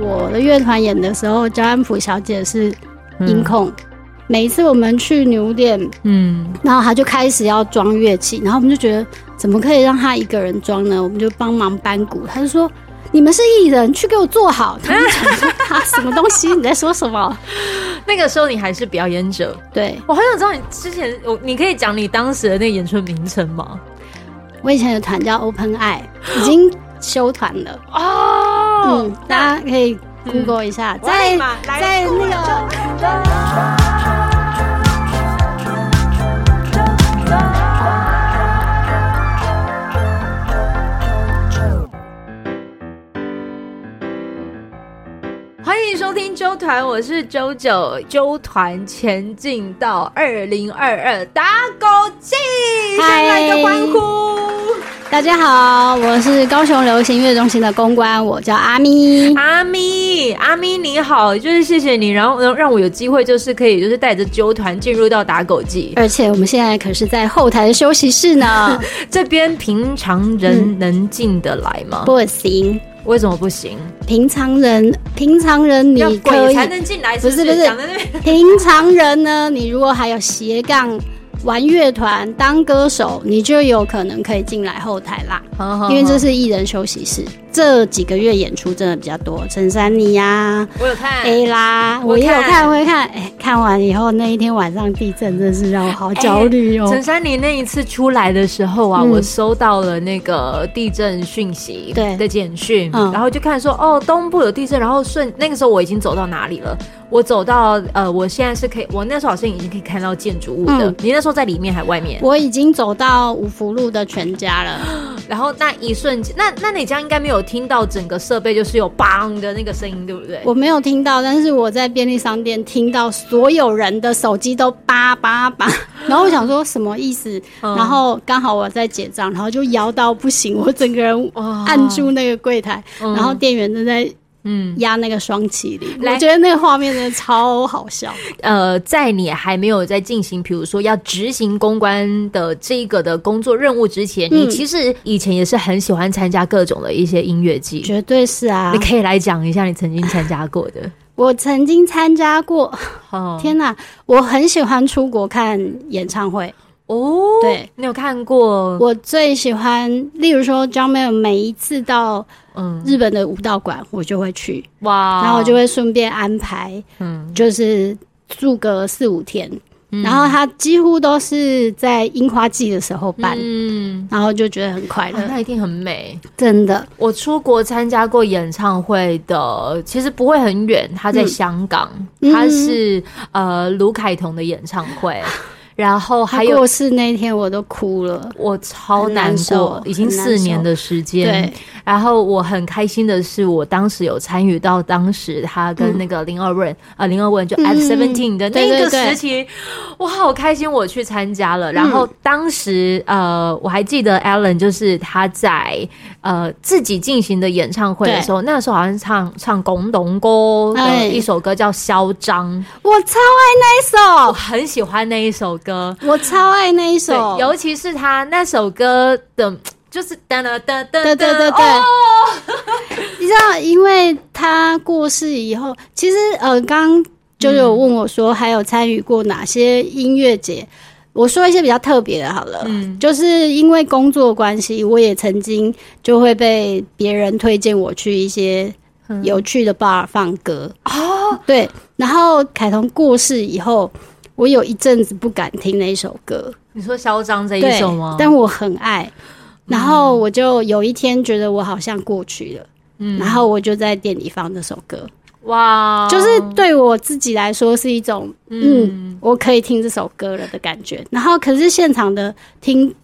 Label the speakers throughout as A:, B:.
A: 我的乐团演的时候，焦安普小姐是音控。每一次我们去女巫店，
B: 嗯
A: 然后她就开始要装乐器，然后我们就觉得怎么可以让她一个人装呢？我们就帮忙搬鼓。她就说：“你们是艺人，去给我做好。”他们想说：“啊，什么东西？你在说什么
B: 那个时候你还是表演者，？”
A: 对
B: 我好想知道你之前，我你可以讲你当时的那个演出的名称吗？
A: 我以前的团叫 Open Eye，已经休团了。
B: 哦嗯
A: 嗯，大家可以 Google 一下，在在那个。
B: 欢迎收听周团，我是周九，周团前进到二零二二打狗记，
A: 嗨
B: 上来就欢呼。
A: 大家好，我是高雄流行音乐中心的公关，我叫阿咪。
B: 阿咪，阿咪你好，就是谢谢你，然后让让我有机会，就是可以就是带着纠团进入到打狗记。
A: 而且我们现在可是在后台的休息室 呢，
B: 这边平常
A: 嗯
B: 人能进得来吗？
A: 不行，
B: 为什么不行？
A: 平常人，平常人
B: 要
A: 你可
B: 鬼
A: 以，
B: 才能进来，
A: 不是
B: 是
A: 不是
B: 讲在 那边
A: 平常人呢，你如果还有斜杠玩乐团、当歌手，你就有可能可以进来后台啦。
B: 好 好
A: 因为这
B: 好
A: 是艺人休息室，这几个月演出真的比较多，陈珊妮呀、
B: 我有看。
A: A 啦，
B: 我
A: 我也有
B: 看
A: 看，我也看。哎、看完以后那一天晚上地震，真是让我好焦虑哦、
B: 陈珊妮那一次出来的时候啊，
A: 嗯
B: 我收到了那个地震讯息
A: 对
B: 的简讯，
A: 嗯
B: 然后就看说哦，东部有地震，然后顺那个时候我已经走到哪里了？我走到呃，我现在是可以，我那时候好像已经可以看到建筑物的。
A: 嗯
B: 你那时候在里面还外面？
A: 我已经走到五福路的全家了，
B: 然后那一瞬间，那那你这样应该没有听到整个设备就是有梆的那个声音，对不对？
A: 我没有听到，但是我在便利商店听到所有人的手机都叭叭 叭，然后我想说什么意思？
B: 嗯
A: 然后刚好我在结账，然后就摇到不行，我整个人
B: 哇
A: 按住那个柜台，
B: 嗯
A: 然后店员正在
B: 嗯
A: 压那个双麒麟，
B: 来
A: 我觉得那个画面真的超好笑。
B: 呃，在你还没有在进行，比如说要执行公关的这个的工作任务之前，
A: 嗯
B: 你其实以前也是很喜欢参加各种的一些音乐季。
A: 绝对是啊
B: 你！可以来讲一下你曾经参加过的。
A: 我曾经参加过，
B: 哦
A: 天哪！我很喜欢出国看演唱会，
B: 哦，
A: 对
B: 你有看过？
A: 我最喜欢，例如说 John Mayer 每一次到
B: 嗯，
A: 日本的武道馆，我就会去，
B: 哇，
A: 然后我就会顺便安排，
B: 哦嗯
A: 就是住个四五天，然后他几乎都是在樱花季的时候办，
B: 嗯。
A: 然后就觉得很快
B: 啊、
A: 乐，
B: 那一定很美。
A: 真的。
B: 我出国参加过演唱会的，其实不会很远，他在
A: 嗯
B: 香港，
A: 嗯
B: 他是呃卢凯彤的演唱 会，然后还
A: 他
B: 有
A: 过世那一天我都哭了，
B: 我超
A: 很难
B: 难过
A: 受，
B: 已经
A: 很难
B: 四年
A: 受
B: 的时间
A: 对。，
B: 然后我很开心的是，我当时有参与到当时他跟那个林二问啊，林二问就
A: 嗯
B: F Seventeen 的
A: 对
B: 那
A: 对
B: 个
A: 对嗯
B: 时期，我好开心，我去参加了。然后当时呃，我还记得 Alan 就是他在呃自己进行的演唱会的时候，那个时候好像唱唱《拱咚歌》的
A: 哎
B: 一首歌叫《嚣张
A: 我超爱那一》，
B: 我
A: 首，
B: 很喜欢那一首歌。
A: 我超爱那一
B: 对，
A: 首，
B: 尤其是他那首歌的，就是噔噔噔噔，
A: 对对对对
B: 哦
A: 你知道，因为他过世以后，其实呃，刚刚就有问我说，还有参与过哪些音乐节？我说一些比较特别的好了，
B: 嗯
A: 就是因为工作关系，我也曾经就会被别人推荐我去一些有趣的 bar 放歌嗯哦，对。然后凯彤过世以后，我有一阵子不敢听那首歌，
B: 你说嚣张这一
A: 对
B: 首吗？嗯
A: 但我很爱。然后我就有一天觉得我好像过去了，
B: 嗯哦
A: 然后我就在店里放这首歌，
B: 哇，
A: 就是对我自己来说是一种嗯
B: 嗯
A: 我可以听这首歌了的感觉。然后可是现场的听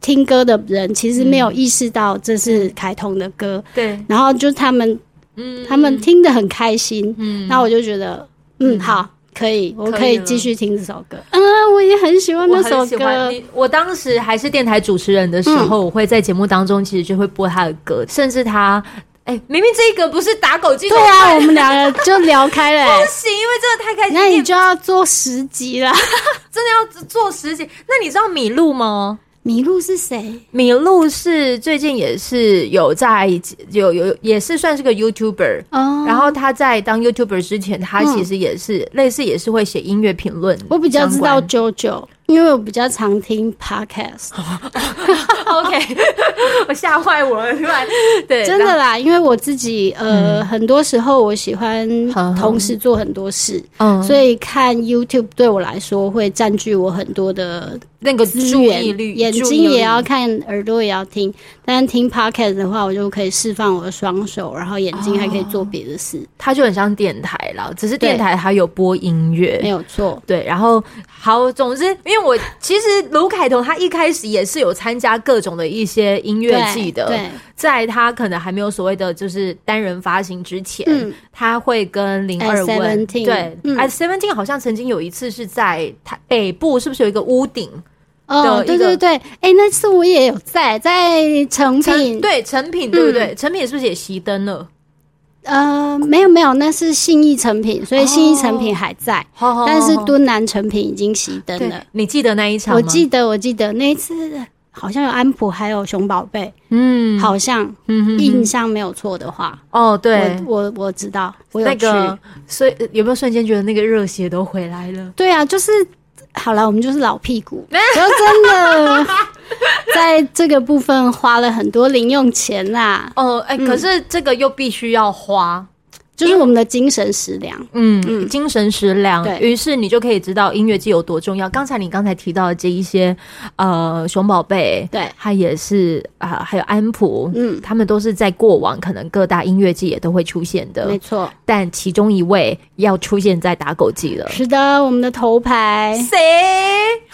A: 听歌的人其实没有意识到这是凯彤的歌，
B: 对，
A: 然后就他们
B: 嗯
A: 他们听得很开心，
B: 嗯
A: 那我就觉得嗯好。可以，我
B: 可
A: 可
B: 以
A: 以
B: 了
A: 继续听这首歌。嗯，我也很喜欢
B: 我
A: 那
B: 很
A: 首
B: 喜
A: 歌嗯
B: 欢。你。我当时还是电台主持人的时候，我会在节目当中其实就会播他的歌，甚至他哎、明明这个不是打狗记，
A: 对 啊，我们两个就聊开了、
B: 不
A: 欸。
B: 行，因为真的太开心，
A: 那
B: 因
A: 你
B: 为
A: 就要做十集了。
B: 真的要做十几。那你知道米露吗？
A: 麋鹿是谁？
B: 麋鹿是最近也是有在有有也是算是个 YouTuber，、
A: 哦
B: 然后他在当 YouTuber 之前，他
A: 嗯
B: 其实也是、类似也是会写音乐评论相关。
A: 我比较知道 JoJo，因为我比较常听 podcast，
B: ，OK，我吓坏我了，突然对，
A: 真
B: 然
A: 的
B: 后，
A: 啦，因为我自己呃，很多时候我喜欢
B: 嗯呵呵
A: 同时做很多事，
B: 嗯，
A: 所以看 YouTube 对我来说会占据我很多的
B: 那个
A: 资
B: 注
A: 源
B: 意力，，
A: 眼
B: 注
A: 睛
B: 意
A: 也
B: 力
A: 要看，耳朵也要听。但听 podcast 的话，我就可以释放我的双手，然后眼睛还可以做
B: 哦
A: 别的事，
B: 它就很像电台啦，只是
A: 对
B: 电台它有播音
A: 没
B: 乐。
A: 有错。
B: 对，然后好，总之，因为我其实卢凯彤他一开始也是有参加各种的一些音乐季的，
A: 对，
B: 在他可能还没有所谓的就是单人发行之前，
A: 嗯
B: 他会跟零二问
A: S17
B: 对
A: 嗯
B: S Seventeen 好像曾经有一次是在台北部，是不是有一个屋顶？
A: 哦，
B: 的一
A: 对
B: 个
A: 对对，哎，那次我也有在在成品，
B: 对，成品对不
A: 嗯
B: 对？成品是不是也熄灯了？
A: 呃，没有没有，那是信义成品，所以信义成品
B: 哦
A: 还在，
B: 好好
A: 但是
B: 好好
A: 敦南成品已经熄灯
B: 对
A: 了。
B: 你记得那一场吗？
A: 我记得我记得那一次好像有安普还有熊宝贝，
B: 嗯，
A: 好像
B: 嗯哼
A: 印象没有错的话，
B: 哦，对，
A: 我我我知道，我有
B: 那
A: 去。
B: 个，所以有没有瞬间觉得那个热血都回来了？
A: 对啊，就是好了，我们就是老屁股， 就真的在这个部分花了很多零用钱啦，
B: 哦，哎、
A: 嗯
B: 可是这个又必须要花，
A: 就是我们的精神食粮。
B: 嗯，精神食粮
A: 对。
B: 于是你就可以知道音乐季有多重要。刚才你刚才提到的这一些，呃，熊宝贝，
A: 对
B: 他也是啊、还有安普，
A: 嗯，
B: 他们都是在过往可能各大音乐季也都会出现的
A: 没，错，
B: 但其中一位要出现在打狗季了。
A: 是的，我们的头牌
B: 谁？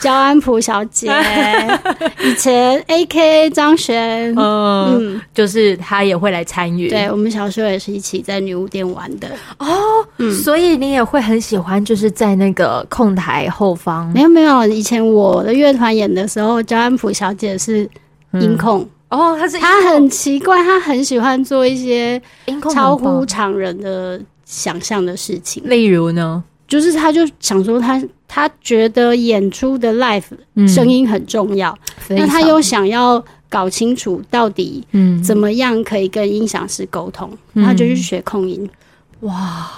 A: 焦安普小 姐，以前 A K 张璇。
B: 嗯，
A: 嗯，
B: 就是他也会来参与。
A: 对，我们小时候也是一起在女巫店玩的。
B: 所以你也会很喜欢，就是在那个控台后方
A: 没有没有，以前我的乐团演的时候，焦安普小姐是音控，
B: 哦，他是
A: 她很奇怪，她很喜欢做一些
B: 音控
A: 超乎常人的想象的事情。
B: 例如呢，
A: 就是他就想说他他觉得演出的 l i f e
B: 嗯
A: 声音很重要，那他又想要搞清楚到底
B: 嗯
A: 怎么样可以跟音响师沟通，
B: 嗯
A: 他就去学控音。
B: 哇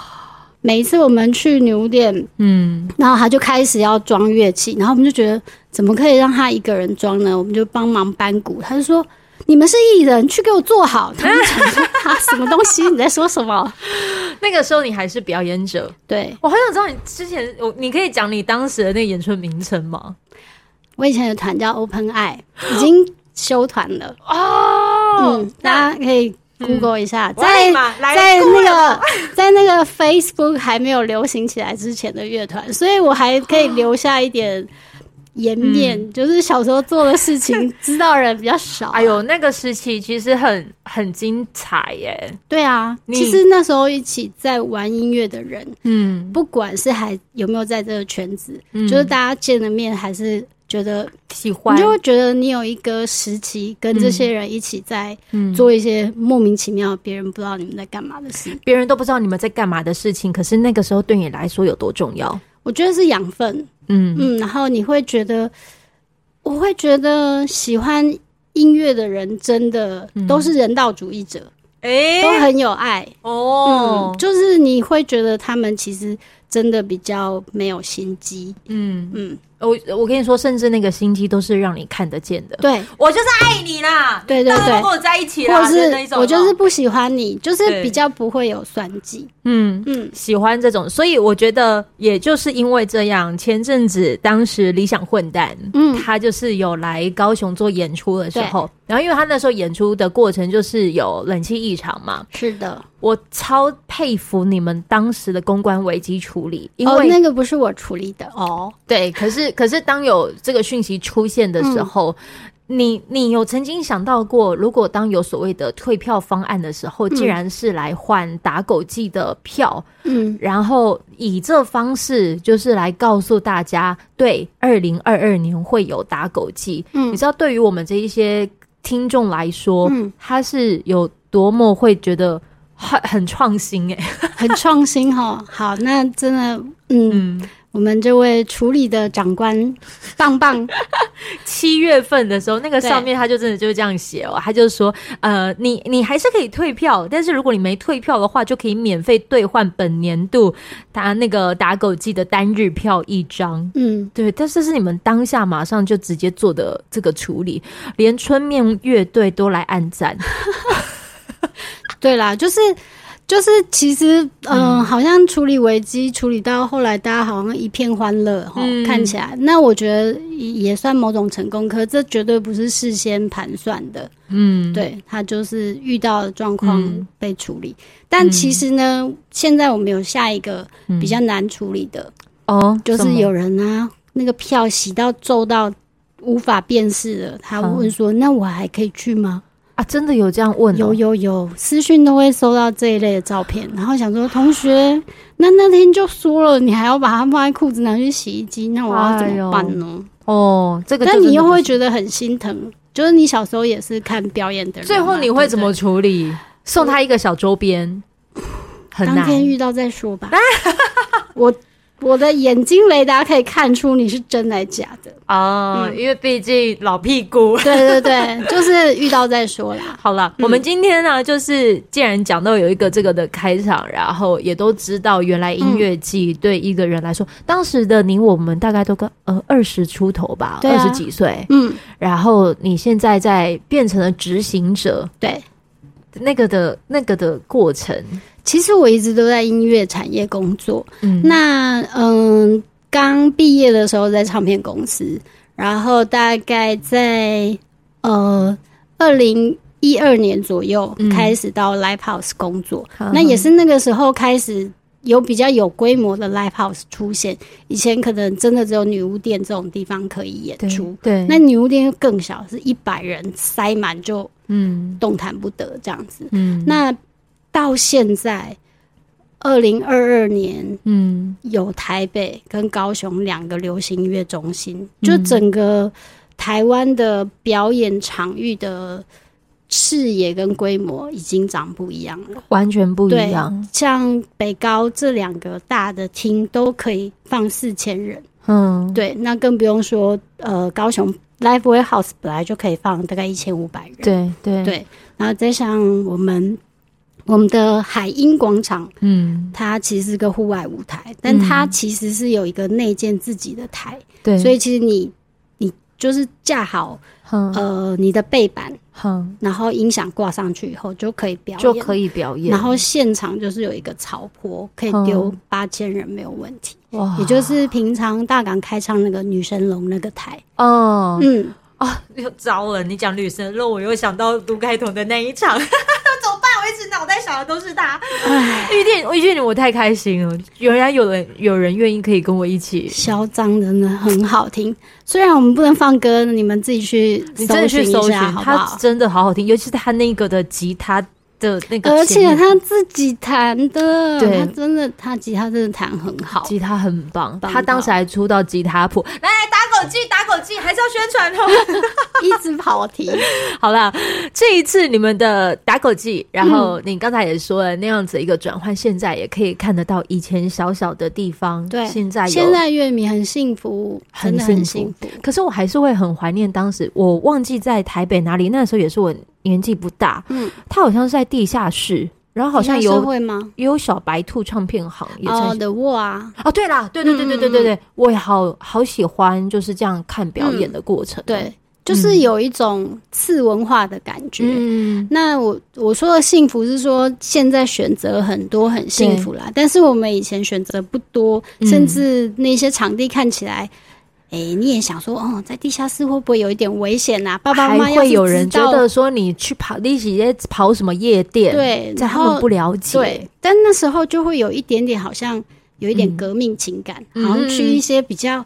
A: 每一次我们去牛店，
B: 嗯
A: 然后他就开始要装乐器，然后我们就觉得怎么可以让他一个人装呢？我们就帮忙搬鼓，他就说。你们是艺人，去给我做好。他们想说啊，什么东西？你在说什么？
B: 那个时候你还是表演者，
A: 对
B: 我好想知道你之前我你可以讲你当时的那个演出的名称吗？
A: 我以前的团叫 Open Eye，已经休团了。
B: 哦嗯
A: 嗯，大家可以 Google 一下，
B: 在
A: 在在
B: 在
A: 那 个 在那个 Facebook 还没有流行起来之前的乐团，所以我还可以留下一点颜面，就是小时候做的事情，知道人比较少、啊
B: 嗯哎，呦，那个时期其实很很精彩耶，
A: 对啊，
B: 你
A: 其实那时候一起在玩音乐的人，
B: 嗯，
A: 不管是还有没有在这个圈子，就是大家见了面还是。觉得
B: 喜欢
A: 你就会觉得你有一个时期跟这些人一起在
B: 嗯
A: 做一些莫名其妙别人不知道你们在干嘛的事，
B: 别人都不知道你们在干嘛的事情，可是那个时候对你来说有多重要？
A: 我觉得是养分。
B: 嗯
A: 嗯，然后你会觉得，我会觉得喜欢音乐的人真的
B: 嗯
A: 都是人道主义者，
B: 哎
A: 都很有爱。
B: 哦
A: 嗯，就是你会觉得他们其实真的比较没有心机。
B: 嗯
A: 嗯，
B: 我我跟你说，甚至那个心机都是让你看得见的。
A: 对，
B: 我就是爱你啦，
A: 对对对
B: 大家都跟我在一起
A: 或
B: 啦，
A: 者
B: 的那一
A: 是
B: 种。哦
A: 我就是不喜欢你，就是
B: 对
A: 比较不会有算计。
B: 嗯。
A: 嗯，
B: 喜欢这种，所以我觉得也就是因为这样，前阵子当时理想混蛋，
A: 嗯
B: 他就是有来高雄做演出的时候，然后因为他那时候演出的过程就是有冷气异常嘛，
A: 是的。
B: 我超佩服你们当时的公关危机处理，因
A: 哦，
B: 为、
A: 那个不是我处理的哦。
B: 对，可是可是当有这个讯息出现的时候，
A: 嗯
B: 你你有曾经想到过，如果当有所谓的退票方案的时候，竟然是来换打狗季的票，
A: 嗯，
B: 然后以这方式就是来告诉大家，对，二零二二年会有打狗季。
A: 嗯
B: 你知道，对于我们这一些听众来说，
A: 嗯
B: 他是有多么会觉得很很创新哎、
A: 很创新哈。好，那真的，嗯，
B: 嗯，
A: 我们这位处理的长官，棒棒，
B: 七月份的时候，那个上面他就真的就是这样写哦，他就说，呃，你你还是可以退票，但是如果你没退票的话，就可以免费兑换本年度打那个打狗季的单日票一张。
A: 嗯，
B: 对，但是这是你们当下马上就直接做的这个处理，连春面乐队都来暗赞。
A: 对啦，就是就是，其实嗯、好像处理危机处理到后来，大家好像一片欢乐哈、
B: 嗯
A: 看起来。那我觉得也算某种成功，可这绝对不是事先盘算的。
B: 嗯，
A: 对他就是遇到的状况
B: 嗯
A: 被处理，但其实呢，现在我们有下一个
B: 嗯，
A: 比较难处理的，
B: 哦，
A: 就是
B: 什么
A: 有人啊，那个票洗到皱到无法辨识了，他
B: 嗯
A: 问说：“那我还可以去吗？”
B: 啊，真的有这样问、哦，
A: 有有有，私讯都会收到这一类的照片，然后想说，同学，那那天就说了，你还要把它放在裤子拿去洗衣机，那我要怎么办呢？
B: 哦，这个就
A: 但
B: 真的
A: 你又
B: 不
A: 会
B: 是
A: 觉得很心疼，就是你小时候也是看表演的人嘛，
B: 最后你会怎么
A: 对
B: 处理？送他一个小周边，
A: 不
B: 很
A: 对
B: 难
A: 当。天遇到再说吧。我我的眼睛雷达可以看出你是真还假的，
B: 哦，
A: 嗯
B: 因为毕竟老屁股。
A: 对对对，就是遇到再说啦。
B: 好了，我们今天呢、就是既然讲到有一个这个的开场，然后也都知道原来音乐季对一个人来说，当时的你我们大概都跟呃二十出头吧，
A: 对
B: 二
A: 啊
B: 十、几岁，
A: 嗯，
B: 然后你现在在变成了执行者，
A: 对。
B: 那个的那个的过程，
A: 其实我一直都在音乐产业工作，
B: 嗯，
A: 那嗯，刚毕业的时候在唱片公司，然后大概在呃二零一二年左右
B: 嗯
A: 开始到 Live House 工作，
B: 好
A: 那也是那个时候开始。有比较有规模的 live house 出现，以前可能真的只有女巫店这种地方可以演
B: 对
A: 出，
B: 对，
A: 那女巫店又更小，是一百人塞满就
B: 嗯
A: 动弹不得这样子。
B: 嗯
A: 那到现在二零二二年
B: 嗯
A: 有台北跟高雄两个流行音乐中心，
B: 嗯
A: 就整个台湾的表演场域的视野跟规模已经长不一样了。
B: 完全不一
A: 对
B: 样，
A: 像北高这两个大的厅都可以放四千人，
B: 嗯，
A: 对，那更不用说呃高雄 Live Way House 本来就可以放大概一千五百人，
B: 对对
A: 对然后再像我们我们的海鹰广场。
B: 嗯，
A: 它其实是个户外舞台，但它其实是有一个内建自己的台，
B: 对，
A: 所以其实你你就是架好
B: 哼
A: 呃你的背板，
B: 哼
A: 然后音响挂上去以后就可以表演，
B: 就可以表演，
A: 然后现场就是有一个草坡，可以丢
B: 嗯
A: 八千人没有问题，
B: 哇，
A: 也就是平常大港开唱那个女神龙那个台，
B: 哦
A: 嗯，
B: 哦， 又糟了，你讲女生肉，我又想到卢开彤的那一场。 怎么办？我一直脑袋想的都是他。
A: 唉，
B: 遇见遇见你，我太开心了。原来有人有人愿意可以跟我一起，
A: 嚣张真的很好听，虽然我们不能放歌，你们自己去
B: 你真的去
A: 搜
B: 搜
A: 寻一
B: 寻
A: 下，好不
B: 他
A: 好？
B: 真的好好听，尤其是他那个的吉他的那个
A: 而
B: 前
A: 且
B: 面，
A: 他自己弹的，
B: 对
A: 他真的，他吉他真的弹很好。
B: 吉他很棒，
A: 棒
B: 他当时还出到吉他谱。来打狗记，打狗记，还是要宣传 哦。
A: 一直跑题。
B: 好啦，这一次你们的打狗记，然
A: 嗯
B: 后你刚才也说了那样子一个转换，现在也可以看得到以前小小的地方，
A: 对
B: 现在有。
A: 现在乐迷很幸福，
B: 很
A: 真的很
B: 幸
A: 幸福。
B: 可是我还是会很怀念当时，我忘记在台北哪里，那时候也是我年纪不大，
A: 嗯，
B: 他好像是在地下室，然后好
A: 社
B: 像有
A: 会吗？
B: 也有小白兔唱片行也在。
A: 哦，The 嗯 Wall 啊，
B: 哦，对啦，对对对对对对对，我也好好喜欢就是这样看表演的过程。，
A: 嗯
B: 啊
A: 对，就是有一种次文化的感觉。
B: 嗯，
A: 那我我说的幸福是说，现在选择很多，很幸福啦。但是我们以前选择不多，
B: 嗯
A: 甚至那些场地看起来，哎、你也想说，哦，在地下室会不会有一点危险啊？爸爸妈妈
B: 还
A: 要是
B: 会有人
A: 知
B: 觉
A: 道
B: 得说你去跑，你直接跑什么夜店？，
A: 对，
B: 在
A: 然
B: 他们
A: 后
B: 不了解。
A: 对，但那时候就会有一点点好像有一点革命情感，
B: 嗯
A: 好像去一些比较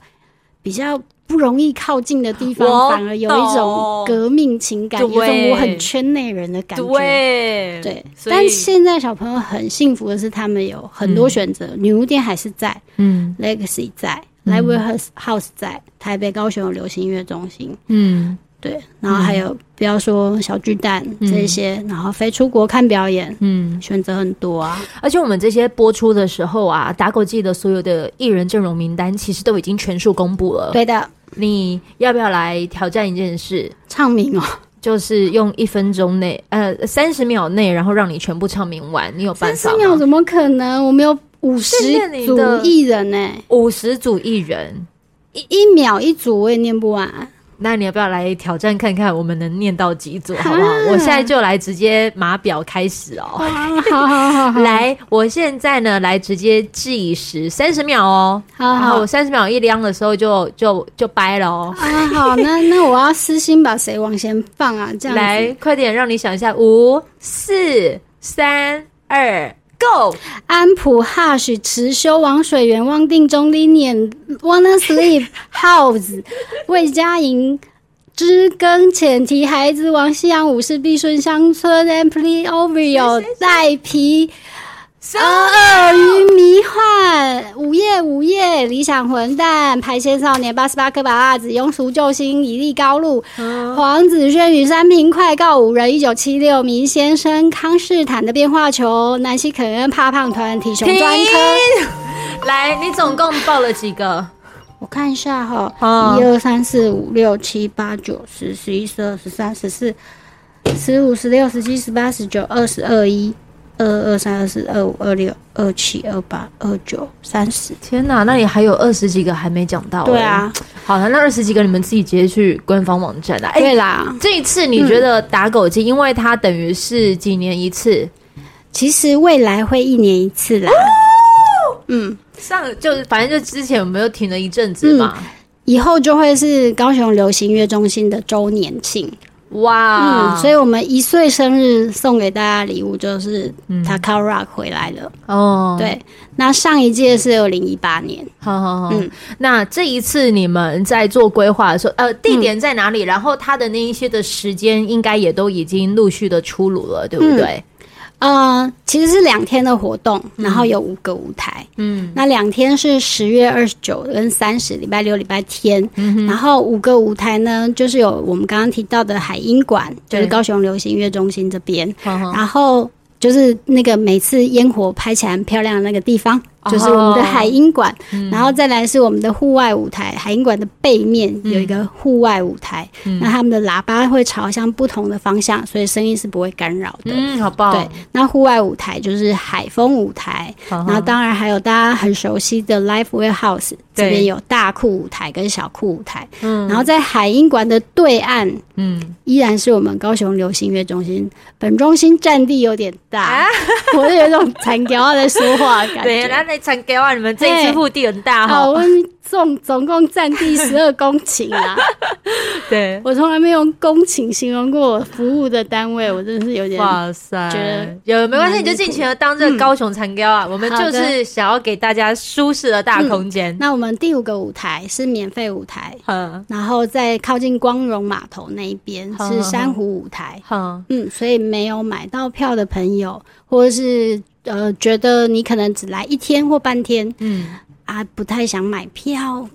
A: 比较不容易靠近的地
B: 我
A: 方，反而有一种
B: 懂
A: 革命情感，有一种
B: 对
A: 我很圈内人的感觉。
B: 对
A: 对，
B: 所以
A: 但现在小朋友很幸福的是，他们有很多选择，女巫店还是在
B: 嗯
A: ，Legacy 在
B: 嗯
A: ，Live House House 在，台北、高雄有流行音乐中心，
B: 嗯，
A: 对，然后还有不要说小巨蛋
B: 嗯
A: 这些，然后飞出国看表演，
B: 嗯，
A: 选择很多啊。
B: 而且我们这些播出的时候啊，打狗记的所有的艺人阵容名单其实都已经全数公布了。，
A: 对的，
B: 你要不要来挑战一件事？
A: 唱名 哦，
B: 就是用一分钟内，呃，三十秒内，然后让你全部唱明完，你有办
A: 三
B: 法
A: 十秒
B: 吗？
A: 怎么可能？我们有五十
B: 训练你
A: 组
B: 的
A: 艺人呢、
B: 五十组艺人，
A: 一一秒一组我也念不完。
B: 那你要不要来挑战看看，我们能念到几组，好不好？我现在就来直接码表开始哦。
A: 好好好好，
B: 来，我现在呢来直接计时三十秒哦，
A: 好
B: 然后
A: 好
B: 我三十秒一量的时候就就就掰了哦。
A: 啊，好，那那我要私心把谁往前放啊？这样子
B: 来，快点让你想一下，五、四、三、二，Go！
A: 安普、Hush、池修、王水源、汪定中、Linian、Wanna Sleep、House、魏佳莹、知更、浅提、孩子、王西洋、武士、碧顺、乡村、Amply、Oreo、赖皮、
B: 二
A: 鳄鱼迷幻、午夜午夜、理想混蛋、排泄少年、八十八颗把蜡子、庸俗救星、一粒高露、黄子轩与三平快告五人，一九七六明先生、康斯坦的变化球、南希肯恩、怕胖团体熊专科。
B: 来，你总共报了几个？
A: 我看一下哈、
B: 哦
A: 一二三四五六七八九十十一十二十三十四十五十六十七十八十九二十二一二二三二四二五二六二七二八二九三十。
B: 天哪，那你还有二十几个还没讲到、
A: 对啊，
B: 哎，好了，那二十几个你们自己直接去官方网站啦。哎、
A: 对啦，
B: 这一次你觉
A: 嗯
B: 得打狗机，因为它等于是几年一次，
A: 其实未来会一年一次啦。
B: 啊
A: 嗯，
B: 上就是反正就之前我们又停了一阵子嘛。
A: 以后就会是高雄流行乐中心的周年庆。
B: 哇、啊
A: 嗯，所以我们一岁生日送给大家的礼物就是
B: 嗯
A: Takao Rock 回来了。
B: 哦，，
A: 对，那上一届是二零一八年，
B: 好好好，
A: 嗯
B: 那这一次你们在做规划的时候，呃，地点在哪
A: 嗯
B: 里？然后它的那一些的时间应该也都已经陆续的出炉了，对不对？
A: 呃，其实是两天的活动，然后有五个舞台。
B: 嗯
A: 那两天是十月二十九跟三十，礼拜六、礼拜天。然后五个舞台呢，就是有我们刚刚提到的海音馆，就是
B: 对
A: 高雄流行音乐中心这边。
B: 好好
A: 然后就是那个每次烟火拍起来很漂亮的那个地方，就是我们的海音馆。然后再来是我们的户外舞台，海音馆的背面有一个户外舞台，那他们的喇叭会朝向不同的方向，所以声音是不会干扰的。
B: 嗯，好棒，
A: 对，那户外舞台就是海风舞台，
B: 好
A: 然后
B: 好，
A: 当然还有大家很熟悉的 Live Warehouse，这
B: 对
A: 边有大库舞台跟小库舞台，
B: 嗯
A: 然后在海音馆的对岸
B: 嗯，
A: 依然是我们高雄流行乐中心，本中心占地有点大，
B: 啊
A: 我有一种残给我在说话的感
B: 对，来
A: 觉。
B: 来传给我，你们这一次
A: 嘿
B: 腹地很大哦
A: 啊，
B: 哈
A: 我，们总总共占地十二公顷 啊！
B: 对，
A: 我从来没有用公顷形容过我服务的单位，我真的是有点
B: 哇塞
A: 觉得，
B: 有呃没关系，
A: 蛮
B: 你就
A: 离谱
B: 尽情的当这个高雄残雕啊，我们
A: 好
B: 就
A: 的
B: 是想要给大家舒适的大空间，
A: 那我们第五个舞台是免费舞台，
B: 嗯，
A: 然后在靠近光荣码头那一边
B: 好
A: 是珊瑚舞台。
B: 好，
A: 嗯，所以没有买到票的朋友，或者是呃觉得你可能只来一天或半天
B: 嗯
A: 啊，不太想买票，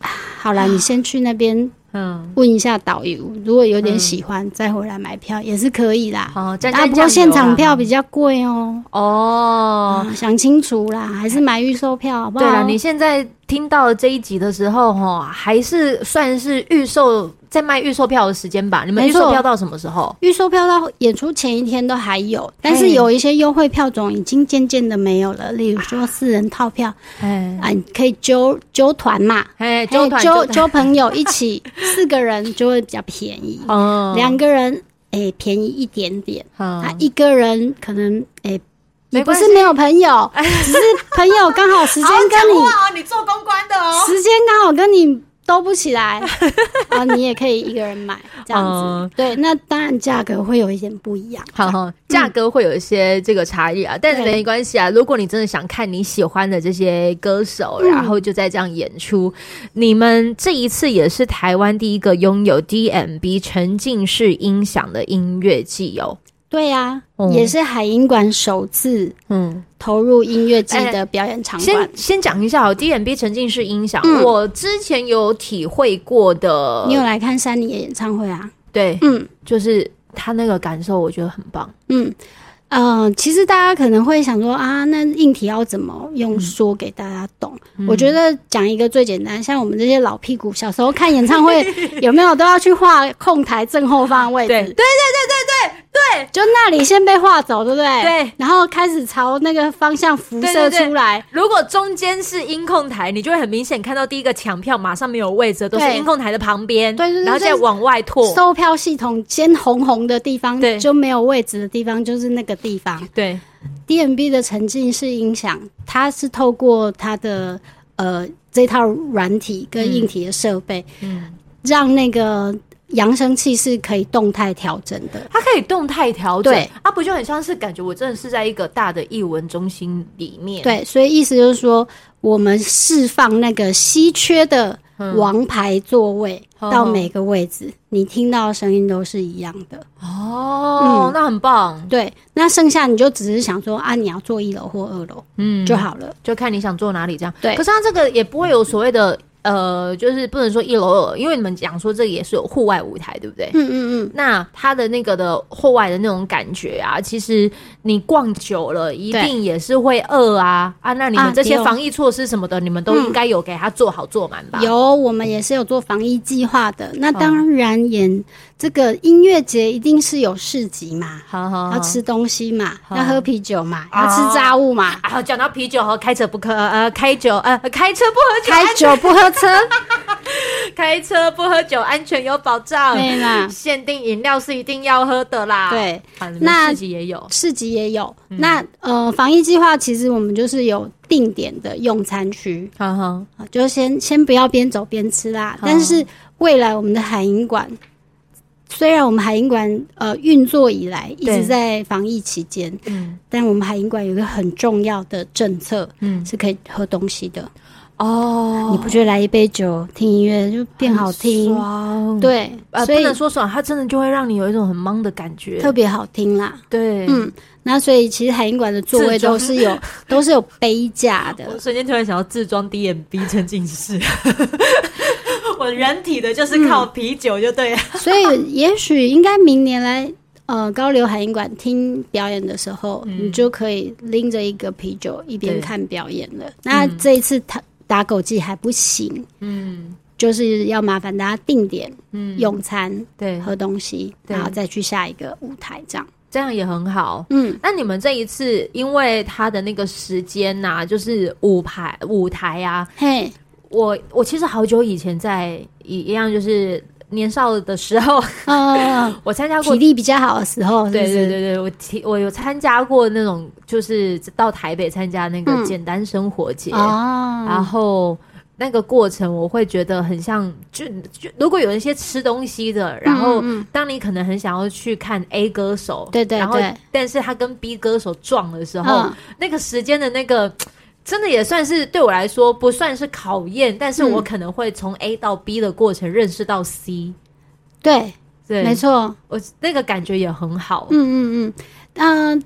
A: 啊好啦，你先去那边
B: 嗯，
A: 问一下导游，如果有点喜欢、再回来买票也是可以啦。
B: 好，沾
A: 啊，
B: 沾
A: 不过
B: 酱
A: 现
B: 油啦嗯
A: 场票比较贵哦、
B: 哦，
A: 啊想清楚啦，还是买预售票好不好？
B: 哎对了，啊你现在听到这一集的时候，哈，还是算是预售在卖预售票的时间吧？你们
A: 没
B: 预
A: 错
B: 售票到什么时候？
A: 预售票到演出前一天都还有，但是
B: 嘿
A: 有一些优惠票种已经渐渐的没有了，
B: 嗯
A: 例如说四人套票
B: 哎
A: 啊，你可以揪揪团嘛，
B: 哎，
A: 还有
B: 周团
A: 揪
B: 周团
A: 揪朋友一 起，四个人就会比较便宜，
B: 哦，
A: 两个人诶、便宜一点点，啊
B: 嗯，
A: 一个人可能诶、也
B: 没
A: 不
B: 关
A: 是没有朋 友，只是朋友刚好时间跟你
B: 哦，你做公关的哦，
A: 时间刚好跟你兜不起 来，啊，你也可以一个人买这样
B: 嗯
A: 子。对，那当然价格会有一点不一样。
B: 好好，价格会有一些这个差异啊，但是
A: 嗯对
B: 没关系啊。如果你真的想看你喜欢的这些歌手，
A: 嗯
B: 然后就在这样演出，你们这一次也是台湾第一个拥有 DMB 沉浸式音响的音乐季哦。
A: 对呀、
B: 嗯
A: 也是海音馆首次
B: 嗯，
A: 投入音乐季
B: 哎
A: 的表演场馆
B: 先。先讲一下哦，DMB 沉浸式音响，
A: 嗯
B: 我之前有体会过的
A: 你，有来看山里的演唱会啊？
B: 对，
A: 嗯
B: 就是他那个感受，我觉得很棒。
A: 嗯。呃，其实大家可能会想说啊，那硬体要怎么用说给大家懂？我觉得讲一个最简单，像我们这些老屁股，小时候看演唱 会有没有都要去画控台正后方的位置？
B: 对对对对对
A: 就那里先被画走，对不对？
B: 对。
A: 然后开始朝那个方向辐射
B: 对对对
A: 出来，
B: 如果中间是音控台，你就会很明显看到第一个抢票马上没有位置，都是
A: 对
B: 音控台的旁边，
A: 对对对
B: 然后再往外拓，
A: 售票系统先红红的地方，
B: 对
A: 就没有位置的地方就是那个地方。
B: 对，
A: DMB 的沉浸式音响，它是透过它的呃这套软体跟硬体的设备，
B: 嗯，
A: 让那个扬声器是可以动态调整的。
B: 它可以动态调整啊
A: 对，
B: 它不就很像是感觉我真的是在一个大的艺文中心里面，，
A: 对，所以意思就是说，我们释放那个稀缺的
B: 嗯
A: 王牌座位
B: 哦
A: 到每个位置，你听到的声音都是一样的。嗯
B: 哦，那很棒，
A: 对，那剩下你就只是想说啊，你要坐一楼或二楼
B: 嗯，
A: 就好了。
B: 就看你想坐哪里这样。
A: 对
B: 可是它这个也不会有所谓的呃，就是不能说一楼二，因为你们讲说这个也是有户外舞台，对不对？
A: 嗯嗯嗯，
B: 那它的那个的户外的那种感觉啊，其实你逛久了，一
A: 对
B: 定也是会饿啊啊！那你
A: 啊
B: 们这些
A: 有
B: 防疫措施什么的，你们都
A: 嗯
B: 应该有给它做好做满吧？
A: 有，我们也是有做防疫计划的。那当然演，这个音乐节一定是有市集嘛，
B: 好好好
A: 要吃东西嘛，
B: 好
A: 要喝啤酒嘛，
B: 啊
A: 要吃炸物嘛，
B: 啊！讲到啤酒和开车不喝，呃，开酒呃，开车不喝酒，
A: 开酒不喝 车，
B: 开车不喝酒，安全有保障。
A: 对啦，
B: 限定饮料是一定要喝的啦。
A: 对。
B: 啊，你们
A: 那
B: 自己也有
A: 市集也有，那呃，防疫计划其实我们就是有定点的用餐区，
B: 哈哈，
A: 啊，就先先不要边走边吃啦。但是未来我们的海英馆，虽然我们海英馆呃运作以来一
B: 对
A: 直在防疫期间，
B: 嗯
A: 但我们海英馆有一个很重要的政策
B: 嗯，
A: 是可以喝东西的。
B: 哦，
A: 你不觉得来一杯酒听音乐就变好听？
B: 爽，
A: 对，
B: 呃，
A: 所
B: 不
A: 以
B: 能说爽，它真的就会让你有一种很懵的感觉。
A: 特别好听啦。
B: 对，
A: 嗯，那所以其实海英馆的座位都是 有都是有杯架的
B: 我，瞬间突然想要自装 DMB 沉浸式， 我人体的就是靠啤酒就对了。
A: 所以也许应该明年来呃高流海音馆听表演的时候，
B: 嗯
A: 你就可以拎着一个啤酒一边
B: 对
A: 看表演了。那这一次他打狗记还不行，
B: 嗯
A: 就是要麻烦大家定点
B: 嗯，
A: 用餐、
B: 对，
A: 喝东西，
B: 对
A: 然后再去下一个舞台这样。
B: 这样也很好。
A: 嗯，
B: 那你们这一次，因为它的那个时间呐、就是舞台舞台啊，
A: 嘿，
B: 我我其实好久以前在一一样就是年少的时候，
A: 呃，
B: 我参加过
A: 体力比较好的时候，
B: 对对对
A: 对，
B: 对，我提我有参加过那种，就是到台北参加那个
A: 嗯
B: 简单生活节，然
A: 哦，
B: 后那个过程我会觉得很像，就就如果有一些吃东西的，然后
A: 嗯嗯
B: 当你可能很想要去看 A 歌手，
A: 对对
B: 然后
A: 对
B: 但是他跟 B 歌手撞的时候，
A: 嗯
B: 那个时间的那个。真的也算是对我来说不算是考验，但是我
A: 嗯
B: 可能会从 A 到 B 的过程认识到 C，
A: 对，
B: 对，
A: 没，错，
B: 我那个感觉也很好，
A: 嗯嗯嗯，嗯，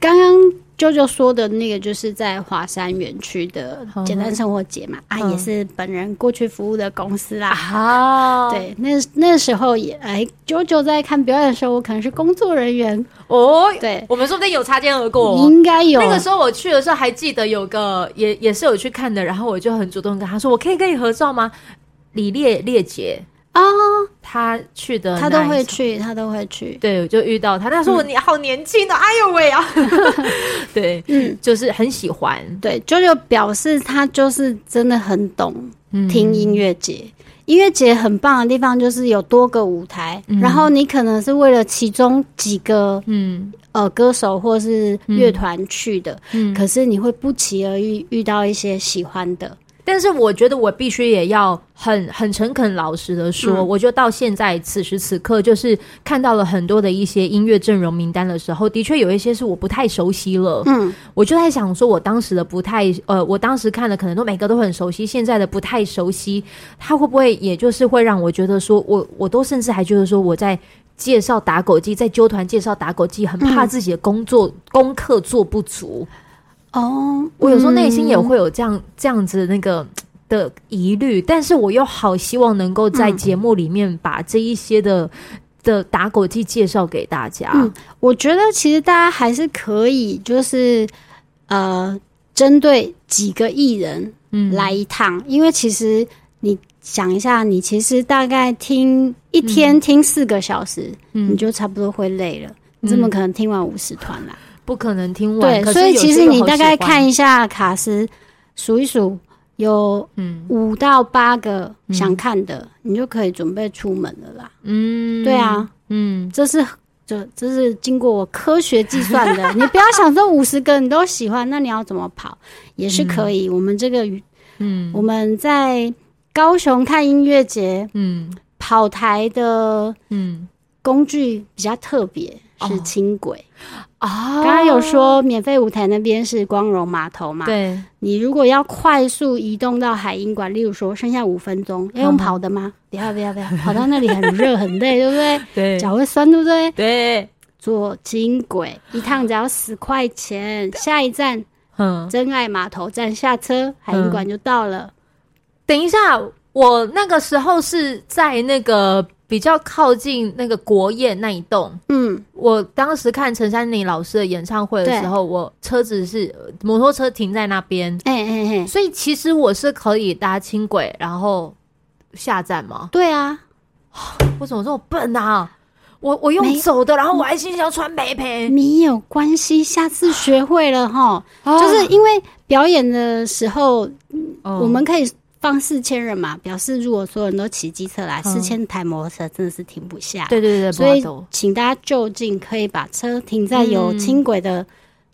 A: 刚刚舅舅说的那个就是在华山园区的
B: 嗯
A: 简单生活节嘛，啊，
B: 嗯
A: 也是本人过去服务的公司啦。
B: 啊，，
A: 对，那那时候也哎，舅舅在看表演的时候，我可能是工作人员，
B: 哦，
A: 对，
B: 我们说不定有擦肩而过哦。
A: 应该有
B: 那个时候我去的时候，还记得有个也也是有去看的，然后我就很主动跟他说：“我可以跟你合照吗？”李烈烈姐，
A: 啊，
B: 她去的
A: 他都
B: 那一
A: 会嗯
B: 场，
A: 去，他都会去，
B: 对，我就遇到她，她说我你好年轻哦，哎呦喂啊， 对，
A: 嗯。
B: 就是很喜欢
A: 对，舅舅表示他就是真的很懂
B: 嗯
A: 听音乐节。音乐节很棒的地方就是有多个舞台，然后你可能是为了其中几个
B: 嗯
A: 呃歌手或是乐团去的，
B: 嗯，
A: 可是你会不期而遇遇到一些喜欢的，
B: 但是我觉得我必须也要很很诚恳、老实的说，我就到现在此时此刻，就是看到了很多的一些音乐阵容名单的时候，的确有一些是我不太熟悉了。
A: 嗯，
B: 我就在想说，我当时的不太呃，我当时看的可能都每个都很熟悉，现在的不太熟悉，它会不会也就是会让我觉得说我我都甚至还觉得说我在介绍打狗记，在纠团介绍打狗记，很怕自己的工作、功课做不足。
A: 哦，
B: 我有时候内心也会
A: 嗯
B: 有这样、这样子那个的疑虑，但是我又好希望能够在节目里面把这一些的、的打狗记介绍给大家。
A: 嗯我觉得其实大家还是可以，就是呃，针对几个艺人
B: 嗯
A: 来一趟，因为其实你想一下，你其实大概听一天听四个小时，
B: 嗯
A: 你就差不多会累了。
B: 嗯
A: 你怎么可能听完五十团啦？
B: 不可能听完，
A: 对，
B: 可是
A: 所以
B: 有
A: 其
B: 些
A: 实
B: 人
A: 你
B: 好
A: 大
B: 喜
A: 概
B: 欢
A: 看一下卡斯，数一数，有
B: 嗯
A: 五到八个想看的，你就可以准备出门了啦。
B: 嗯，
A: 对啊，
B: 嗯，
A: 这是这这是经过我科学计算 的，你不要想说五十个你都喜欢，那你要怎么跑也是可以。我们这个
B: 嗯
A: 我们在高雄看音乐节
B: 嗯
A: 跑台的
B: 嗯
A: 工具比较特别，是
B: 哦
A: 轻轨。
B: 啊
A: 刚刚有说免费舞台那边是光荣码头嘛？
B: 对，
A: 你如果要快速移动到海英馆，例如说剩下五分钟，要用跑的吗？不要不要不要，跑到那里很热很累，对不 对？
B: 对
A: 脚会酸，对不对？
B: 对，
A: 坐轻轨一趟只要十块钱，下一站
B: 嗯，
A: 真爱码头站下车，海英馆就到了。
B: 等一下，我那个时候是在那个比较靠近那个国宴那一栋。
A: 嗯，
B: 我当时看陈珊妮老师的演唱会的时候，我车子是呃摩托车停在那边，
A: 哎哎哎，
B: 所以其实我是可以搭轻轨，然后下站吗？
A: 对啊，
B: 我怎么这么笨啊？我我用
A: 没
B: 走的，然后我还心想要穿北陪，
A: 你有关系，下次学会了哈。
B: 就
A: 就是因为表演的时候，
B: 我
A: 嗯我们可以放四千人嘛，表示如果所有人都骑机车来，
B: 嗯
A: 四千台摩托车真的是停不下。
B: 对对对，
A: 所以
B: 不要抖
A: 请大家就近可以把车停在有
B: 嗯
A: 轻轨的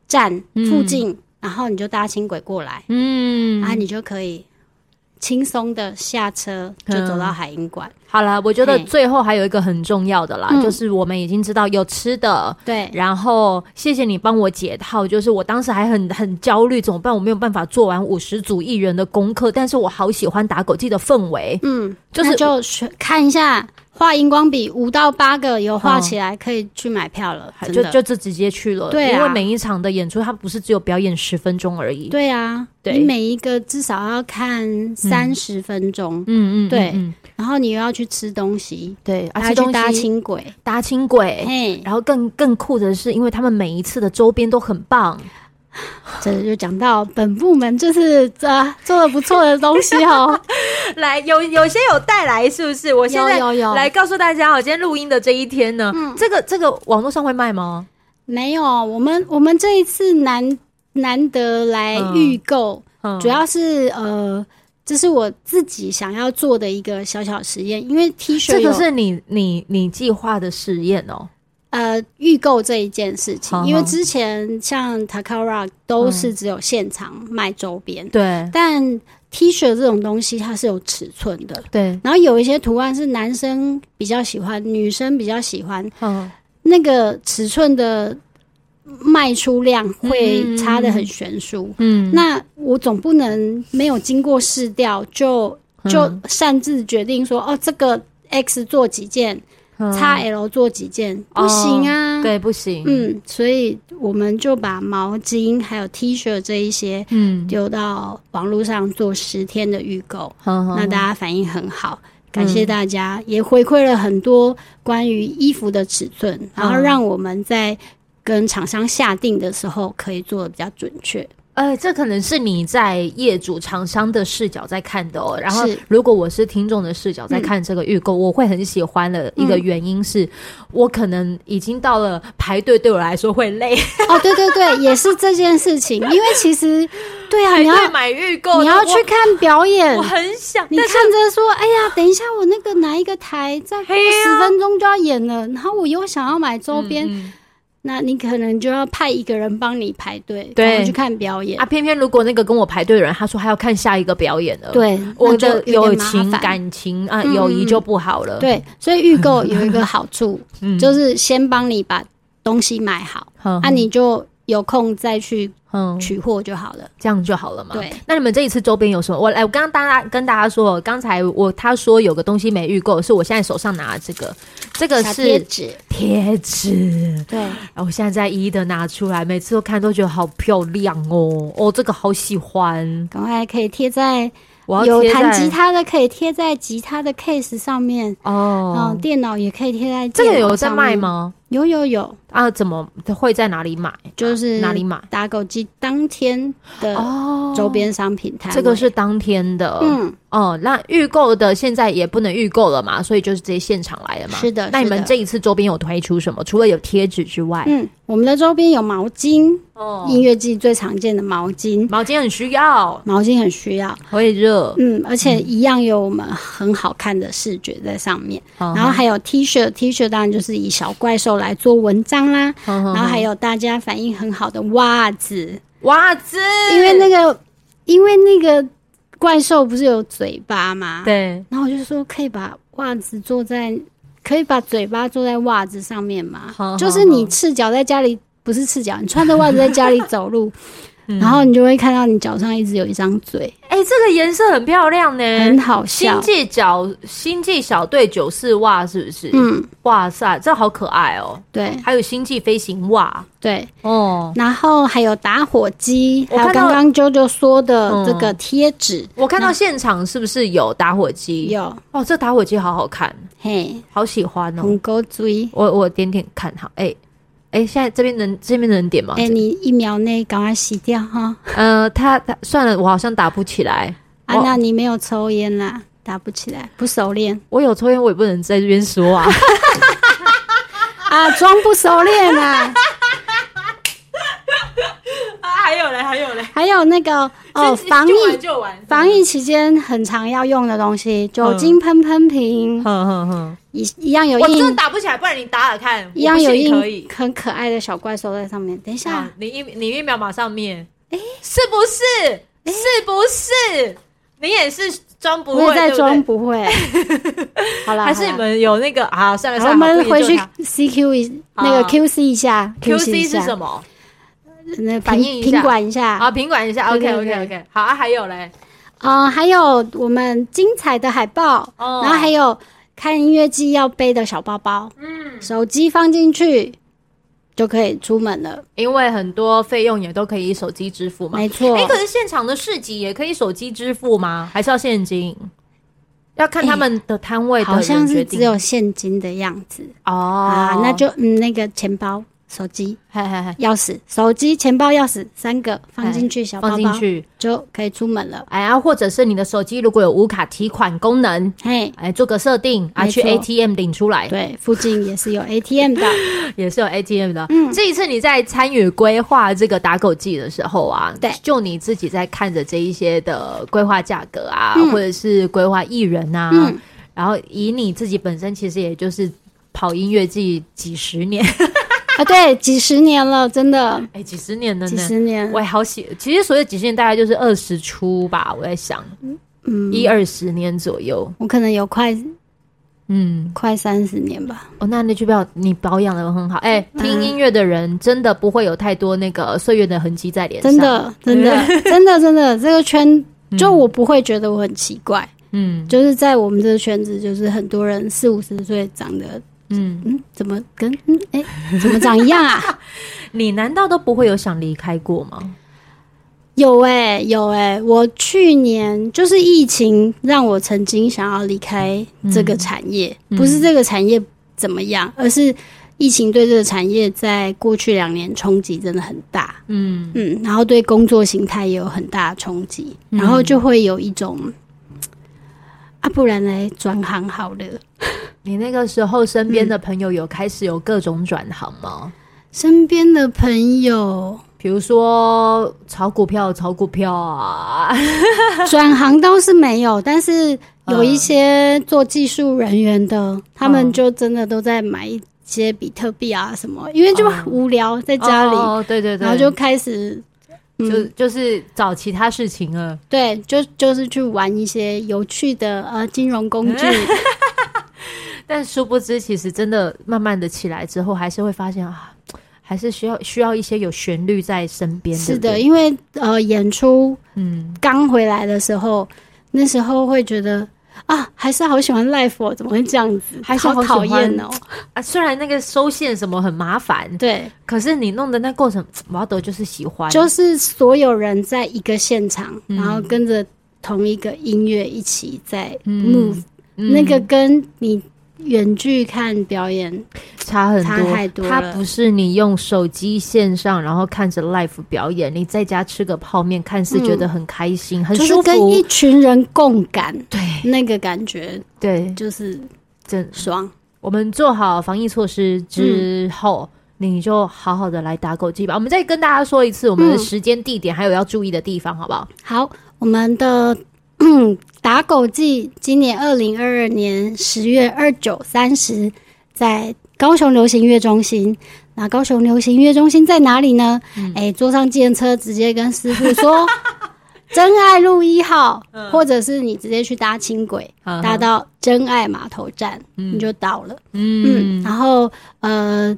A: 站
B: 嗯
A: 附近，然后你就搭轻轨过来，
B: 嗯，
A: 然后啊你就可以轻松的下车，就
B: 嗯
A: 走到海英馆。
B: 好了，我觉得
A: 嘿
B: 最后还有一个很重要的啦，
A: 嗯
B: 就是我们已经知道有吃的。
A: 对，
B: 然后谢谢你帮我解套，就是我当时还很很焦虑，怎么办？我没有办法做完五十组艺人的功课，但是我好喜欢打狗记的氛围，
A: 嗯，
B: 就是
A: 那就选看一下画荧光笔，五到八个有画起来，可以去买票了，真
B: 就
A: 的。
B: 嗯就就直接去了。
A: 对啊
B: 因为每一场的演出，它不是只有表演十分钟而已。
A: 对啊，
B: 对
A: 你每一个至少要看三十分钟，
B: 嗯嗯，嗯
A: 对
B: 嗯
A: 然后你又要去吃东西，
B: 对，啊而
A: 还要
B: 且
A: 去
B: 东
A: 搭
B: 西哎
A: 轻轨，
B: 搭轻轨，
A: 嘿，
B: 然后更更酷的是，因为他们每一次的周边都很棒，
A: 这就讲到本部门就是呃做的不错的东西哦，
B: 来，有有些有带来，是不是？ 我现
A: 有
B: 在
A: 有有
B: 来告诉大家哦，今天录音的这一天呢，这个这个网络上会卖吗？
A: 没有，我们我们这一次难难得来
B: 嗯
A: 预购，
B: 嗯
A: 主要是呃，这是我自己想要做的一个小小实验，因为 T 恤
B: 这个
A: 有
B: 是你你你计划的实验哦，
A: 呃预购这一件事情，
B: 好
A: 因为
B: 好
A: 之前像 Takara 都是只有现场卖周边，
B: 对
A: 但 T 恤这种东西它是有尺寸的。
B: 对，
A: 然后有一些图案是男生比较喜欢，女生比较喜欢，
B: 嗯，
A: 那个尺寸的卖出量会
B: 嗯
A: 差得很悬殊。
B: 嗯
A: 那我总不能没有经过试调就就
B: 嗯
A: 擅自决定说，哦，这个 X 做几件
B: 嗯
A: ，XL 做几件，
B: 哦
A: 不行啊。
B: 对不行，
A: 嗯，所以我们就把毛巾还有 T 恤这一些
B: 嗯，
A: 丢到网络上做十天的预购，
B: 好好
A: 那大家反应很好。感谢大家，也回馈了很多关于衣服的尺寸，然后让我们在跟厂商下定的时候可以做的比较准确。
B: 呃，这可能是你在业主厂商的视角在看的哦。然后
A: 是，
B: 如果我是听众的视角在看这个预购，我会很喜欢的一个原因
A: 嗯
B: 是，我可能已经到了排队对我来说会累，
A: 哦，对对对，也是这件事情，因为其实对 啊，
B: 排
A: 你要
B: 队买预购，
A: 你要
B: 我
A: 去看表演
B: 我，很想，
A: 你
B: 但
A: 看着说，哎呀，等一下我那个哪一个台再过
B: 嘿呀
A: 十分钟就要演了，然后我又想要买周边，
B: 嗯
A: 那你可能就要派一个人帮你排队，
B: 对
A: 赶快去看表演
B: 啊，。偏偏如果那个跟我排队的人，他说他要看下一个表演了，，
A: 对，
B: 我
A: 那就
B: 的
A: 有
B: 友
A: 点麻
B: 情、
A: 烦。
B: 感情啊、
A: 嗯
B: 友谊
A: 嗯
B: 就不好了。，
A: 对，所以预 购有一个好处，
B: 嗯
A: 就是先帮你把东西买好，
B: 哼
A: 啊，你就有空再去
B: 嗯，
A: 取货就好了。
B: 这样就好了嘛。
A: 对，
B: 那你们这一次周边有什么？我来，我刚刚大家跟大家说，刚才我他说有个东西没预购，是我现在手上拿的这个，这个
A: 小贴
B: 是
A: 纸，
B: 贴纸。
A: 对，
B: 然后我现在在一一的拿出来，每次都看都觉得好漂亮哦，哦，这个好喜欢，
A: 赶快可以贴在
B: 我要
A: 有
B: 贴
A: 弹吉
B: 在
A: 他的可以贴在吉他的 case 上面，
B: 哦，
A: 嗯，电脑也可以贴在
B: 这个
A: 电脑
B: 有在
A: 上
B: 卖
A: 面？
B: 吗？
A: 有有有，
B: 啊，怎么会在哪里买？
A: 就是
B: 哎哪里买？
A: 打狗机当天的
B: 哦
A: 周边商品摊位、
B: 这个是当天的，
A: 嗯，
B: 哦，那预购的现在也不能预购了嘛，所以就是直接现场来了嘛。
A: 是的
B: 那你
A: 是
B: 们
A: 的
B: 这一次周边有推出什么？除了有贴纸之外，
A: 嗯，我们的周边有毛巾，
B: 哦
A: 音乐季最常见的毛巾，
B: 毛巾很需要，
A: 毛巾很需要。
B: 会热。
A: 嗯，而且一样有我们很好看的视觉在上面。
B: 然
A: 然后还有 T 恤，T 恤当然就是以小怪兽来做文章啦。
B: 嗯
A: 然后还有大家反应很好的袜子，
B: 袜子，
A: 因为那个因为那个怪兽不是有嘴巴吗？。
B: 对
A: 然后我就说可以把袜子坐在，可以把嘴巴坐在袜子上面吗？
B: 好
A: 就是你赤脚在家里，不是赤脚，你穿着袜子在家里走 路，
B: 嗯
A: 然后你就会看到你脚上一直有一张嘴，
B: 哎、这个颜色很漂亮呢，
A: 很好笑
B: 星。际角星际小队九四袜是不是？
A: 嗯，
B: 哇塞，这好可爱哦！
A: 对
B: 还有星际飞行袜
A: 对，
B: 哦，
A: 然后还有打火机，
B: 我
A: 还有
B: 看到
A: 刚刚啾啾说的这个贴纸，
B: 我看到现场是不是有打火机？
A: 有
B: 哦，这打火机好好看，
A: 嘿，
B: 好喜欢哦！
A: 红勾追。
B: 我我点点看哈，哎、哎、现在这边能这边能点吗？
A: 哎、你一秒内赶快洗掉哈！
B: 呃，他他算了，我好像打不起来。
A: 啊，
B: 我
A: 那你没有抽烟啦，打不起来，不熟练
B: 我有抽烟，我也不能在这边说啊。
A: 啊，装不熟练 啦。
B: 啊， 还有嘞，还有嘞，
A: 还有那个哦，防疫
B: 就玩
A: 防疫期间很常要用的东西，酒精喷喷瓶，
B: 哼哼哼，
A: 一一样有
B: 嗯我真的
A: 印，
B: 打不起来，不然你打打看，
A: 一样有
B: 我不信可
A: 印
B: 以。
A: 很可爱的小怪兽在上面。等一下
B: 啊，，你一你一秒马上灭，是不是？是不是？你也是装不
A: 我
B: 会，
A: 也在
B: 对不
A: 装
B: 对，
A: 不 会。好了，
B: 还是
A: 好啦
B: 你们有那个啊？算了
A: 好
B: 算了，
A: 我们
B: 不
A: 回
B: 研究
A: 去
B: 它
A: CQ 一
B: 啊
A: 那个 QC 一下
B: QC 是什
A: 么？
B: 么
A: 那
B: 反应一下
A: 品管一下。
B: 啊？品管一下
A: 对
B: ，OK
A: 对
B: OK
A: 对
B: OK，好啊，还有嘞，
A: 嗯，还有我们精彩的海报，
B: 哦
A: 然后还有看音乐季要背的小包包，嗯，手机放进去就可以出门了。
B: 因为很多费用也都可以以手机支付嘛。
A: 没错
B: 哎、，可是现场的市集也可以手机支付吗？还是要现金？要看他们的摊位的
A: 好像
B: 人
A: 是
B: 决
A: 只
B: 定
A: 有现金的样子
B: 哦、
A: 啊，那就嗯，那个钱包、手机、
B: 嘿嘿嘿
A: 钥匙、手机、钱包、钥匙三个放进去小包
B: 哎放进
A: 包
B: 去，
A: 就可以出门了。
B: 哎呀，或者是你的手机如果有无卡提款功能，
A: 嘿，
B: 哎，做个设定啊，
A: 没
B: 去
A: 错
B: ATM 领出来，
A: 对，附近也是有 ATM 的，
B: 也是有 ATM 的。
A: 嗯
B: 这一次你在参与规划这个打狗季的时候啊，
A: 对
B: 就你自己在看着这一些的规划价格啊，或者是规划艺人啊，
A: 嗯
B: 然后以你自己本身其实也就是跑音乐季几十 年，
A: 啊，对，几十年了，真的
B: 哎，几十年了
A: 几
B: 呢。
A: 十年
B: 我。也好喜，其实所谓几十年大概就是二十出吧，我在想，
A: 嗯，
B: 一二十年左右，
A: 我可能有快
B: 嗯，
A: 快三十年吧。
B: 哦，那那句表你保养的很好，哎、
A: 嗯
B: 听音乐的人真的不会有太多那个岁月的痕迹在脸上，
A: 真，的，真的， 真的，真的，这个圈就我不会觉得我很奇怪，
B: 嗯
A: 就是在我们这个圈子，就是很多人四五十岁长得，
B: 嗯，
A: 嗯，怎么跟嗯哎、怎么长一样啊？
B: 你难道都不会有想离开过吗？
A: 有哎、有哎、我去年就是疫情让我曾经想要离开这个产业，不是这个产业怎么样，而是疫情对这个产业在过去两年冲击真的很大。
B: 嗯，
A: 嗯，然后对工作形态也有很大的冲击，然后就会有一种、啊，不然来转行好了。
B: 你那个时候身边的朋友有开始有各种转行吗？
A: 身边的朋友
B: 比如说炒股票，炒股票啊，
A: 转行倒是没有，但是有一
B: 嗯
A: 些做技术人员的，他们就真的都在买一些比特币啊什么，因为就
B: 嗯
A: 无聊在家里，
B: 哦，对对对，
A: 然后就开始。
B: 就
A: 嗯，
B: 就是找其他事情了。
A: 对，就就是去玩一些有趣的呃金融工具，
B: 哎但殊不知，其实真的慢慢的起来之后，还是会发现啊，还是需要需要一些有旋律在身边。
A: 是
B: 对不
A: 的，
B: 对，
A: 因为呃，演出
B: 嗯，
A: 刚回来的时候，那时候会觉得啊，还是好喜欢 life，哦怎么会这样子？
B: 还是
A: 好
B: 好喜
A: 讨
B: 欢
A: 厌哦。
B: 啊，虽然那个收线什么很麻烦，
A: 对，
B: 可是你弄的那过程，毛德就是喜欢，嗯
A: 就是所有人在一个现场，然后跟着同一个音乐一起在 move，、
B: 嗯
A: 那个跟你远距看表演
B: 差很多，
A: 差太多了
B: 它不是你用手机线上，然后看着 live 表演，你在家吃个泡面，看似觉得很开心，很
A: 嗯就是
B: 舒
A: 跟一
B: 服。
A: 群人共感，
B: 对
A: 那个感觉
B: 对，
A: 就是
B: 真，
A: 爽。
B: 我们做好防疫措施之后。你就好好的来打狗记吧。我们再跟大家说一次我们的
A: 嗯
B: 时间、地点，还有要注意的地方，好不好？
A: 好，我们的 打狗记今年二零二二年十月二九、三十在高雄流行音乐中心。那高雄流行音乐中心在哪里呢？哎、坐上计程车直接跟师傅说真爱路一号，或者是你直接去搭轻轨，
B: 嗯
A: 搭到真爱码头站，你就到了。嗯，
B: 嗯，
A: 然后呃，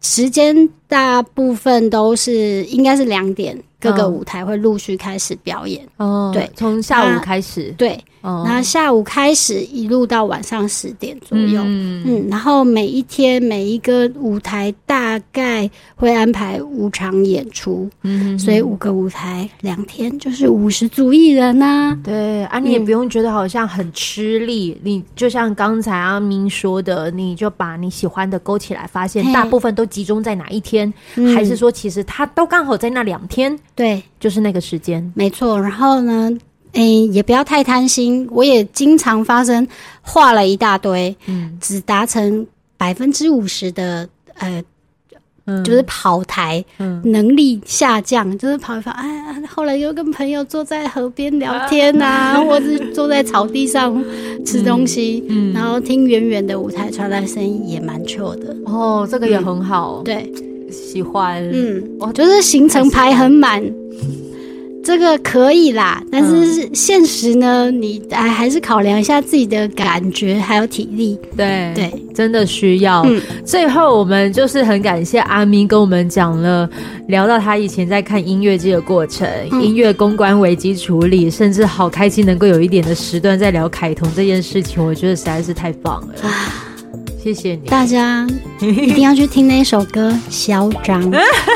A: 时间大部分都是应该是两点，各个
B: 嗯
A: 舞台会陆续开始表演。
B: 哦，
A: 对
B: 从下午
A: 那
B: 开始，
A: 对，
B: 哦
A: 那下午开始一路到晚上十点左右。嗯
B: 嗯
A: 然后每一天每一个舞台大概会安排五场演出，
B: 嗯
A: 所以五个舞台两天就是五十组艺人呐、
B: 对啊，你也不用觉得好像很吃力。你就像刚才阿明说的，你就把你喜欢的勾起来，发现
A: 嘿
B: 大部分都集中在哪一天，
A: 嗯
B: 还是说其实它都刚好在那两天，
A: 对，
B: 就是那个时间。
A: 没错。然后呢，诶，也不要太贪心。我也经常发生画了一大堆，
B: 嗯
A: 只达成百分之五十的呃，
B: 嗯
A: 就是跑台、
B: 嗯
A: 能力下降，就是跑一跑，哎呀，后来又跟朋友坐在河边聊天呐、
B: 啊
A: 或者是坐在草地上吃东西，
B: 嗯
A: 然后听远远的舞台传来声音，也蛮 chill 的。
B: 哦，这个也很好，
A: 对，
B: 喜欢。
A: 嗯，
B: 哦
A: 我觉得行程排很满。这个可以啦，
B: 嗯
A: 但是现实呢，你哎还是考量一下自己的感觉还有体力。
B: 对
A: 对，
B: 真的需要。
A: 嗯
B: 最后，我们就是很感谢阿咪跟我们讲了，聊到他以前在看音乐剧的过程，
A: 嗯
B: 音乐公关危机处理，甚至好开心能够有一点的时段在聊凯彤这件事情，我觉得实在是太棒了。谢谢你，
A: 大 家一定要去听那首歌《嚣张》，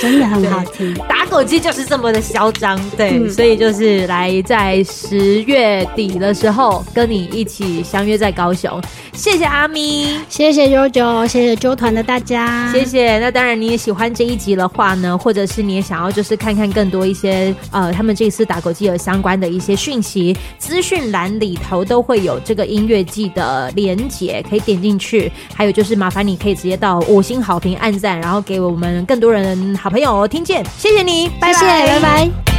A: 真的很好听。
B: 打狗机就是这么的嚣张，对，
A: 嗯
B: 所以就是来在十月底的时候跟你一起相约在高雄。谢谢阿咪。
A: 谢谢九九，谢谢纠团的大家，
B: 谢谢。那当然，你也喜欢这一集的话呢，或者是你也想要就是看看更多一些呃他们这次打狗季有相关的一些讯息，资讯栏里头都会有这个音乐季的连结，可以点进去。还有就是麻烦你可以直接到五星哦好评按赞，然后给我们更多人好朋友听见，谢谢你，拜拜，
A: 谢谢，拜拜。